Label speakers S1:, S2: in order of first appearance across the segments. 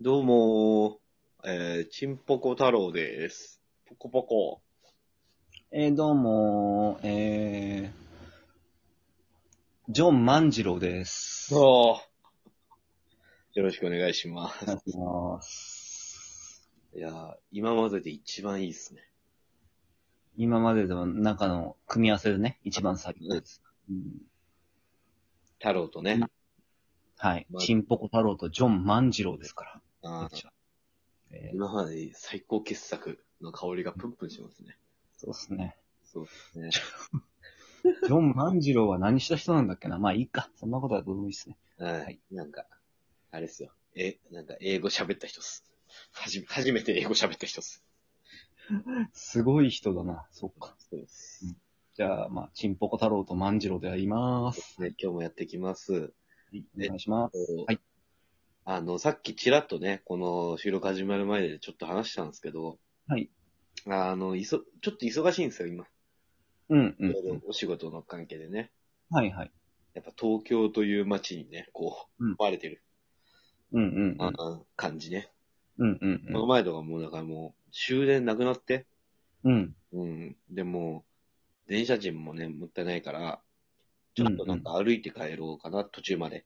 S1: どうもー、えー、ちんぽこ太郎です。ぽこぽこ。
S2: えー、どうもー、えー、ジョン万次郎です。お
S1: そう。よろしくお願いしま
S2: 願いします。
S1: す。いやー、今までで一番いいっすね。
S2: 今までの中の組み合わせでね、一番最高です。うん
S1: 太郎とね。
S2: はい
S1: ま。あ
S2: チンポコ太郎とジョン万次郎ですから。
S1: あ
S2: こっ
S1: ー
S2: ちはえー
S1: 今までで最高傑作の香りがプンプンしますね。
S2: そうですね。
S1: そうですね。
S2: ジョン万次郎は何した人なんだっけなまあいいか。そんなことはどうでもいいですね。
S1: はい。
S2: はい
S1: なんか、あれっすよ。え、なんか英語喋った人っす。はじめ、初めて英語喋った人っす。
S2: すごい人だな。そっか。
S1: そうです。
S2: うんじゃあ、まあ、チンポコ太郎と万次郎であります。
S1: ね、今日もやっていきます。
S2: はいお願いします。はい
S1: あの、さっきちらっとね、この収録始まる前でちょっと話したんですけど、
S2: はい。
S1: あの、いそ、ちょっと忙しいんですよ、今。
S2: うん、う
S1: い
S2: ん
S1: ろい。
S2: う
S1: ろ
S2: ん
S1: お仕事の関係でね。
S2: はい、はい。
S1: やっぱ東京という街にね、こ
S2: う
S1: う、
S2: ん
S1: バレてる、
S2: うん、うんう
S1: あ
S2: ん。
S1: ー感じね。
S2: うん、うん
S1: この前とかもう、だからもう、終電なくなって、
S2: うん。うん。
S1: うん。でも、電車賃もね、もったいないから、ちょっとなんか歩いて帰ろうかな、途中まで。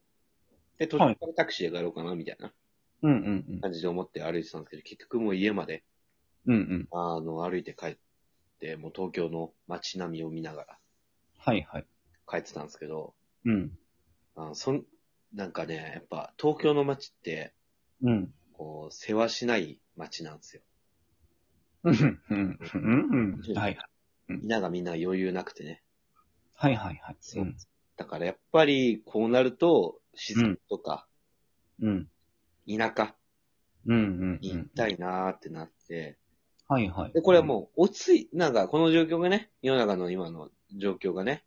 S1: で、途中からタクシーで帰ろうかな、みたいな
S2: うんうん
S1: 感じで思って歩いてたんですけど、結局もう家まで、
S2: うん。うんうん。
S1: あの、歩いて帰って、もう東京の街並みを見ながら
S2: はいはい。
S1: 帰ってたんですけど、
S2: うん。
S1: あのそんなんかね、やっぱ東京の街って、
S2: うん。
S1: こう、世話しない街なんですよ。
S2: うん。うん。うん。うん。はい
S1: みんながみんな余裕なくてね。
S2: はいはいはい。うん。
S1: だからやっぱり、こうなると、静岡とか、
S2: うん。
S1: 田舎
S2: うん。うん。
S1: に行きたいなーってなって、
S2: はいはい。
S1: で、これはもう、落ち着い、なんかこの状況がね、世の中の今の状況がね、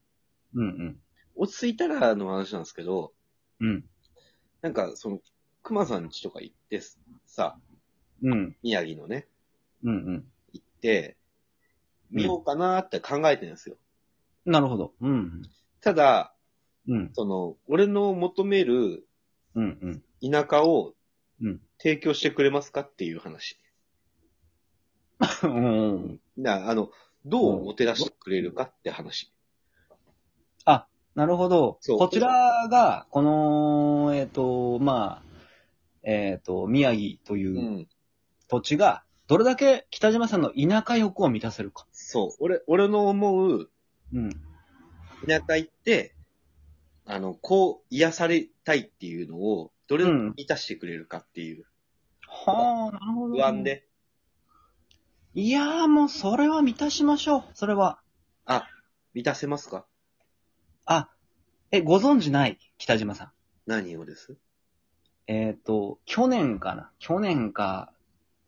S2: う。うん
S1: 落ち着いたらの話なんですけど、
S2: うん。うん。
S1: なんかその、熊さん家とか行ってさ、
S2: うん。
S1: 宮城のね、
S2: うん。
S1: 行って、見ようかなーって考えてるんですよ。
S2: うん。なるほど。うん。
S1: ただ、
S2: うん。
S1: その、俺の求める
S2: うん。うん。
S1: 田舎を
S2: うん
S1: 提供してくれますかっていう話。
S2: うん。
S1: な、あの、どう
S2: うん
S1: もてなしてくれるかって話。
S2: なるほど。
S1: そう
S2: こちらが、この、えっ、と、まあ、えっ、と、宮城と
S1: う。
S2: いうん土地が、どれだけ北島さんの田舎欲を満たせるか。
S1: そう。俺、俺の思う
S2: うん。
S1: 田舎行って、あの、こう癒されたいっていうのを、どれだけ満たしてくれるかっていう
S2: はあ、なるほど。
S1: 不安。で、
S2: いやーもうそれは満たしましょう。それは。
S1: あ、満たせますか
S2: あ、え、ご存知ない北島さ
S1: 何をです
S2: ん。えっ、と、去年かな。去年か、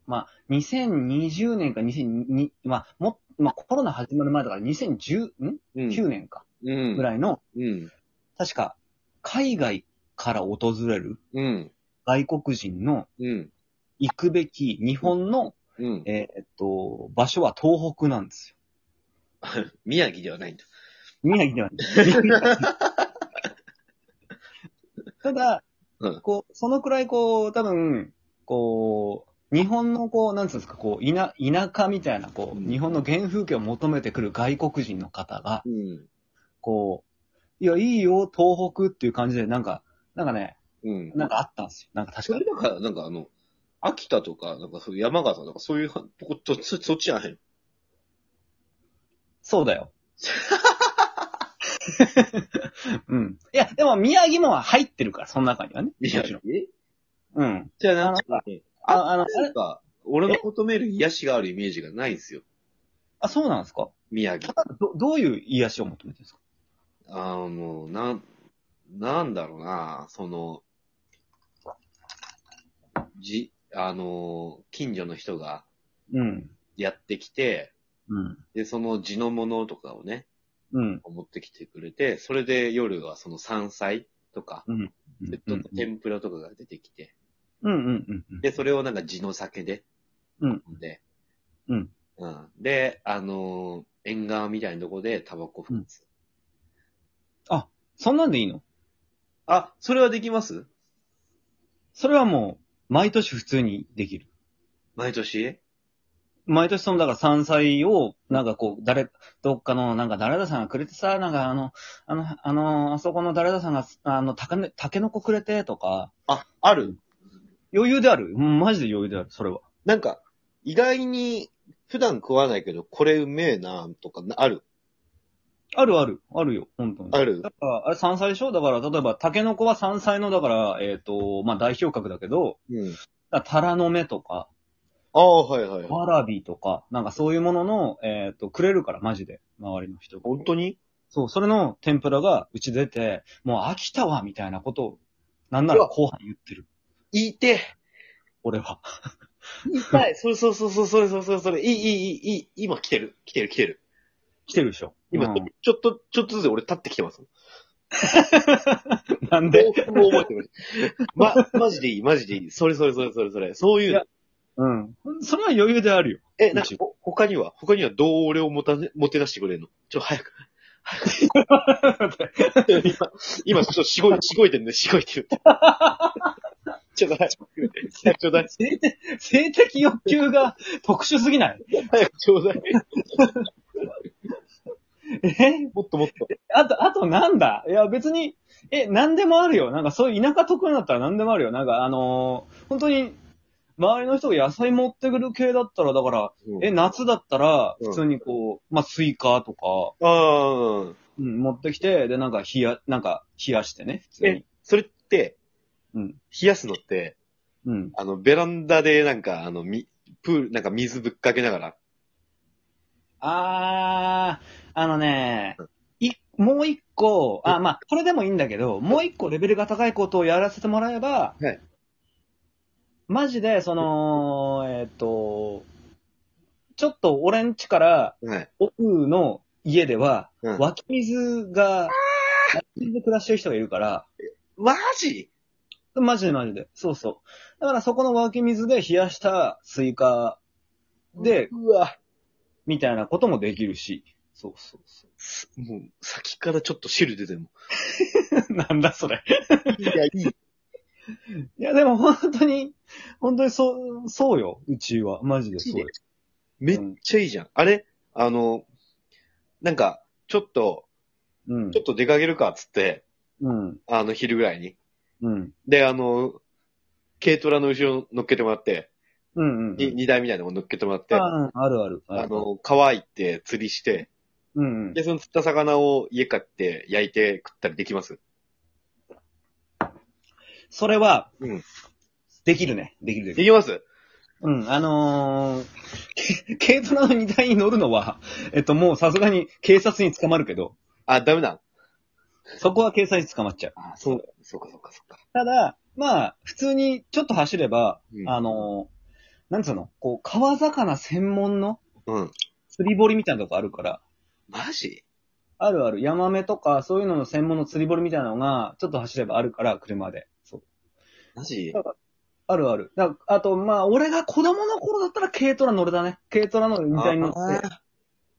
S2: まあ、2020年か2002、まあ、も、まあ、コロナ始まる前だから2019
S1: うん。
S2: 年か、
S1: うん。
S2: ぐらいの、
S1: うん。
S2: 確か、海外から訪れる
S1: うん。
S2: 外国人の
S1: うん。
S2: 行くべき日本の、
S1: うん。
S2: えっ、と、場所は東北なんですよ。
S1: 宮城ではないんだ。
S2: 宮城ではない。 ただ、
S1: うん
S2: こう、そのくらいこう、多分、こう、日本のこう、なんつうんですか、こう、田、田舎みたいな、こ
S1: うん
S2: う、日本の原風景を求めてくる外国人の方が
S1: う、ん。
S2: こう、いや、いいよ、東北っていう感じで、なんか、なんかね、
S1: うん。
S2: なんかあったんですよ。なんか確
S1: そ
S2: か
S1: れだから、なんかあの、秋田とか、なんかそういう山形とか、そういう は、とこ、と、そそっちじゃないの
S2: そう だよ。うん。いや、でも宮城も入ってるから、その中にはね。
S1: 宮
S2: もち
S1: 城
S2: ろん。うん。
S1: じゃあな
S2: あ
S1: ん
S2: の
S1: か、
S2: ああの
S1: なんか、俺の求める癒しがあるイメージがないんですよ。
S2: あ、そうなんですか
S1: 宮城。
S2: どどういう癒しを求めてるんですか
S1: あの、なん、なんだろうな、その、じ、あの、近所の人が
S2: うん。
S1: やってきて、
S2: うん。
S1: で、その地のものとかをね、
S2: うん。
S1: 持ってきてくれて、それで夜はその山菜とか、
S2: うん
S1: ちょっと天ぷらとかが出てきて、
S2: うんうんうんうん。
S1: で、それをなんか地の酒で、
S2: うん
S1: 飲んで、
S2: うん。
S1: うん。で、あのー縁側みたいなとこでタバコ吹く、す
S2: そんなんでいいの
S1: あ、それはできます
S2: それはもう、毎年普通にできる。
S1: 毎年
S2: 毎年その、だから山菜を、なんかこう、誰、どっかの、なんか誰ださんがくれてさ、なんかあの、あの、あの、あそこの誰ださんが、あの、たかね、たけのこくれてとか、
S1: あ、ある
S2: 余裕である。うんマジで余裕である、それは。
S1: なんか、意外に普段食わないけど、これうめえなとか、ある。
S2: あるある、あるよ、本当に。
S1: ある
S2: だから、あれ山菜でしょだから、例えば、タケノコは山菜の、だから、えっ、と、まあ、代表格だけど、
S1: うん。
S2: だからタラの芽とか、
S1: ああ、はいはいはい。
S2: わらびとか、なんかそういうものの、えっ、と、くれるから、マジで、周りの人が。
S1: 本当に
S2: そう、それの天ぷらがうち出て、もう飽きたわ、みたいなことを、なんなら後半言ってる。
S1: 言いて
S2: 俺は。
S1: 言いたいそうそうそうそう、それそれそれそれ。いい、いい、いい、いい。今来てる。来てる来てる。
S2: 来てるでしょ。
S1: 今、
S2: うん
S1: ちょっと、ちょっとずつ俺立ってきてます。
S2: なんで
S1: どうしても覚えてる。 ま、マジでいい、マジでいい。それそれそれそれそれ。そういう
S2: い
S1: の
S2: や。うん。それは余裕であるよ。
S1: え、なんか
S2: うち
S1: ほ他には、他にはどう俺をもたね、もてなしてくれるのちょ、早く。早く今、今、ちょっとしごい、しごいてるね、しごいてる。ちょっと早く。早くちょうだい。
S2: 性的性的欲求が特殊すぎない
S1: 早くちょうだい。
S2: え
S1: もっともっと。
S2: あと、あとなんだいや別に、え、なんでもあるよ。なんかそういう田舎得意だったらなんでもあるよ。なんかあのー本当に、周りの人が野菜持ってくる系だったら、だから、
S1: うん
S2: え、夏だったら、
S1: うん
S2: 普通にこう、まあ、スイカとか、
S1: ああ。
S2: うん、持ってきて、で、なんか冷や、なんか冷やしてね、普通
S1: え
S2: に。、
S1: それって、
S2: うん。
S1: 冷やすのって、
S2: うん。
S1: あの、ベランダでなんか、あの、み、プール、なんか水ぶっかけながら。
S2: あー、あのね、い、もう一個、あ、まあ、これでもいいんだけど、もう一個レベルが高いことをやらせてもらえば、
S1: はい
S2: マジで、その、えっ、と、ちょっと俺ん家から
S1: はい。
S2: 奥の家では、
S1: うん
S2: 湧き水が、湧き水で暮らしてる人がいるから、
S1: マジ
S2: マジでマジで。そうそう。だからそこの湧き水で冷やしたスイカで、
S1: うわ。
S2: みたいなこともできるし。そうそうそ
S1: もう、先からちょっと汁出てるも
S2: う。 なんだそれ。
S1: ん。いや、いい。
S2: いや、でも本当に、本当にそう、そうよ、うちは。マジでそうよ。
S1: めっちゃいいじゃん。あれあの、なんか、ちょっと、
S2: うん
S1: ちょ。っと出かけるかっつって、
S2: うん。
S1: あの、昼ぐらいに。
S2: うん。
S1: で、あの、軽トラの後ろ乗っけてもらって、
S2: うん。うん。
S1: に荷台みたいなのも乗っけてもらって、あ
S2: ああるある。ある、
S1: の、川行って釣りして、
S2: うんうん。
S1: で、その釣った魚を家買って焼いて食ったりできます。
S2: それは、
S1: うん
S2: できるね。できるでき
S1: で
S2: る。
S1: きます
S2: うん。あのー、 け軽トラの荷台に乗るのは、えっと、もうさすがに警察に捕まるけど、
S1: あ、ダメだ。
S2: そこは警察に捕まっちゃう。
S1: あ、そう、そうかそうかそうか。
S2: ただ、まあ、普通にちょっと走れば、
S1: うん
S2: あのー、なんつうのこう、川魚専門の
S1: うん。
S2: 釣り堀みたいなとこあるから、
S1: マジ
S2: あるある。ヤマメとか、そういうのの専門の釣り堀みたいなのが、ちょっと走ればあるから、車で。そう。
S1: マジ
S2: あるある。だあと、まあ、俺が子供の頃だったら軽トラ乗れだね。軽トラの荷台に乗って、
S1: あ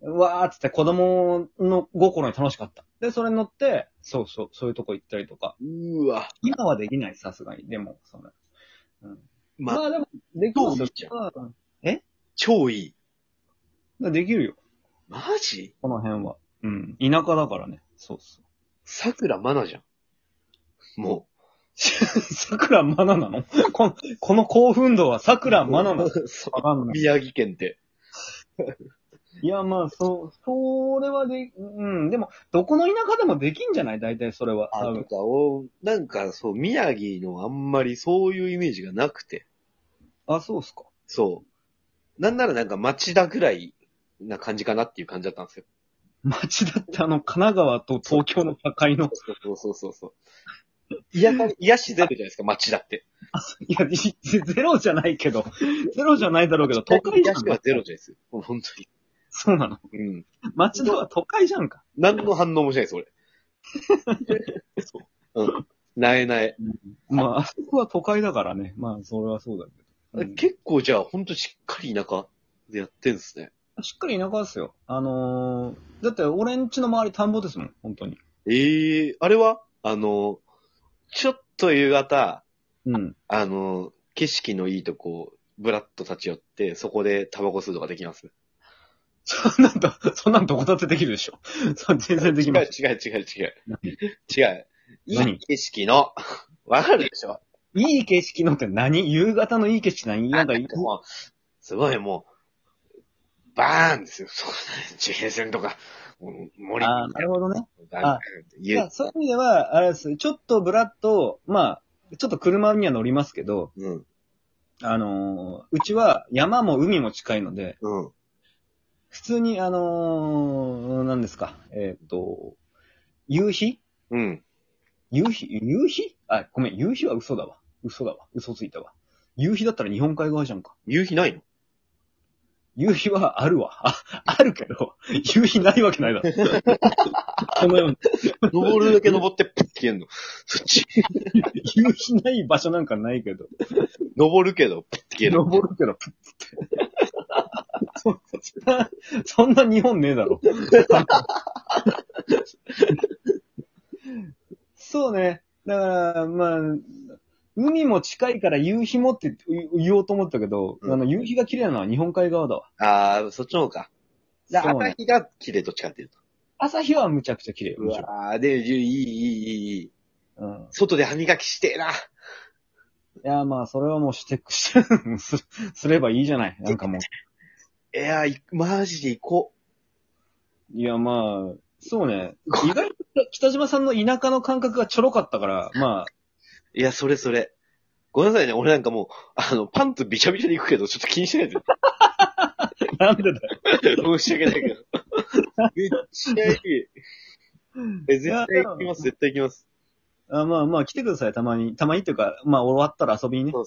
S2: わーっつって子供の心に楽しかった。で、それに乗って、そうそう、そういうとこ行ったりとか。
S1: うーわ。
S2: 今はできない、さすがに。でも、その、ま
S1: ま、
S2: あでも、でき
S1: 超
S2: る
S1: いいじゃん。
S2: うん
S1: 超いい。
S2: できるよ、
S1: マジ
S2: この辺は。うん。田舎だからね。そうそう。
S1: 桜まなじゃん。もう。
S2: 桜マナなの この、この興奮度は桜マナなの
S1: そ
S2: わかんない う
S1: 宮城県って。
S2: いや、まあ、そう、それはで、うん、でも、どこの田舎でもできんじゃない大体それは。
S1: あ、
S2: 多
S1: なん
S2: 分
S1: か、おなんかそう、宮城のあんまりそういうイメージがなくて。
S2: あ、そうっすか。
S1: そう。なんならなんか町田くらいな感じかなっていう感じだったんですよ。
S2: 町だってあの、神奈川と東京の境の、
S1: そうそうそうそうそう。いや、いやしゼロじゃないですか、町田って。
S2: いや、いゼロじゃないけ ど、ゼロじゃないだろうけど、都会
S1: い
S2: じゃ
S1: や
S2: ん
S1: し
S2: か
S1: は。ゼロじゃないですよ。もう本当に。
S2: そうなの。
S1: うん。
S2: 町田は都会じゃんか。
S1: 何の反応もしないです、 俺。そう。うん。なえなえ。
S2: まあ、あそこは都会だからね。まあ、それはそうだけど。うん
S1: 結構じゃあ、ほんとしっかり田舎でやってんですね。
S2: しっかり田舎っすよ。あのー、だって俺んちの周り田んぼですもん、本当に。
S1: ええあれはあの、ちょっと夕方、
S2: うん。
S1: あの、景色のいいとこ、ブラッと立ち寄って、そこでタバコ吸うとかできます
S2: そんなんと、そんなんどこだってできるでしょ。 そう全然でき
S1: 違う
S2: ます。
S1: 違う違う違う。違う。い
S2: 何
S1: い景色の、 わかるでしょ
S2: いい景色のって何夕方のいい景色何なんかいい、
S1: もう、すごいもう、バーンですよ。そう地平線とか、もう森
S2: ああ、なるほどね。
S1: バーンって
S2: い
S1: 言
S2: や、
S1: う。
S2: そういう意味では、あれです。ちょっとブラッと、まあ、ちょっと車には乗りますけど、
S1: うん。
S2: あのーうちは山も海も近いので、
S1: うん。
S2: 普通に、あのー、何ですか、えーっ、と、夕日
S1: うん。
S2: 夕日夕日あ、ごめん、夕日は嘘だわ。嘘だわ。嘘ついたわ。夕日だったら日本海側じゃんか。
S1: 夕日ないの
S2: 夕日はあるわ。あ、あるけど、 夕日ないわけないだろ。このように、
S1: 登るだけ登って、プッて消えんの。そっち、
S2: 夕日ない場所なんかないけど、
S1: 登るけど、プッて消える。
S2: 登るけど、プッつって。 そんな、そんな日本ねえだろ。 そうね。だから、まあ、海も近いから夕日もって言おうと思ったけど、
S1: うん
S2: あの、夕日が綺麗なのは日本海側だわ。
S1: ああ、そっちの方か。で、
S2: そう
S1: 朝
S2: ね
S1: 日が綺麗どっちかっていうと。
S2: 朝日はむちゃくちゃ綺麗。
S1: う
S2: むしろ
S1: わーで、いい、いい、いい、いい。
S2: うん。
S1: 外で歯磨きしてえな。
S2: いや、まあ、それはもうしてくして、す すればいいじゃない。なんかもう。
S1: いやー、いマジで行こ
S2: いや、まあ、そうね。意外と北島さんの田舎の感覚がちょろかったから、まあ、
S1: う。いや、それそれ。ごめんなさいね、俺なんかもう、あの、パンツびちゃびちゃで行くけど、ちょっと気にしないで。
S2: なんでだよ。
S1: 申し訳ないけど。 めっちゃいい。え、絶対行きます、絶対行きます。
S2: あまあまあ、来てください、たまに。たまにっていうか、まあ、終わったら遊びにね。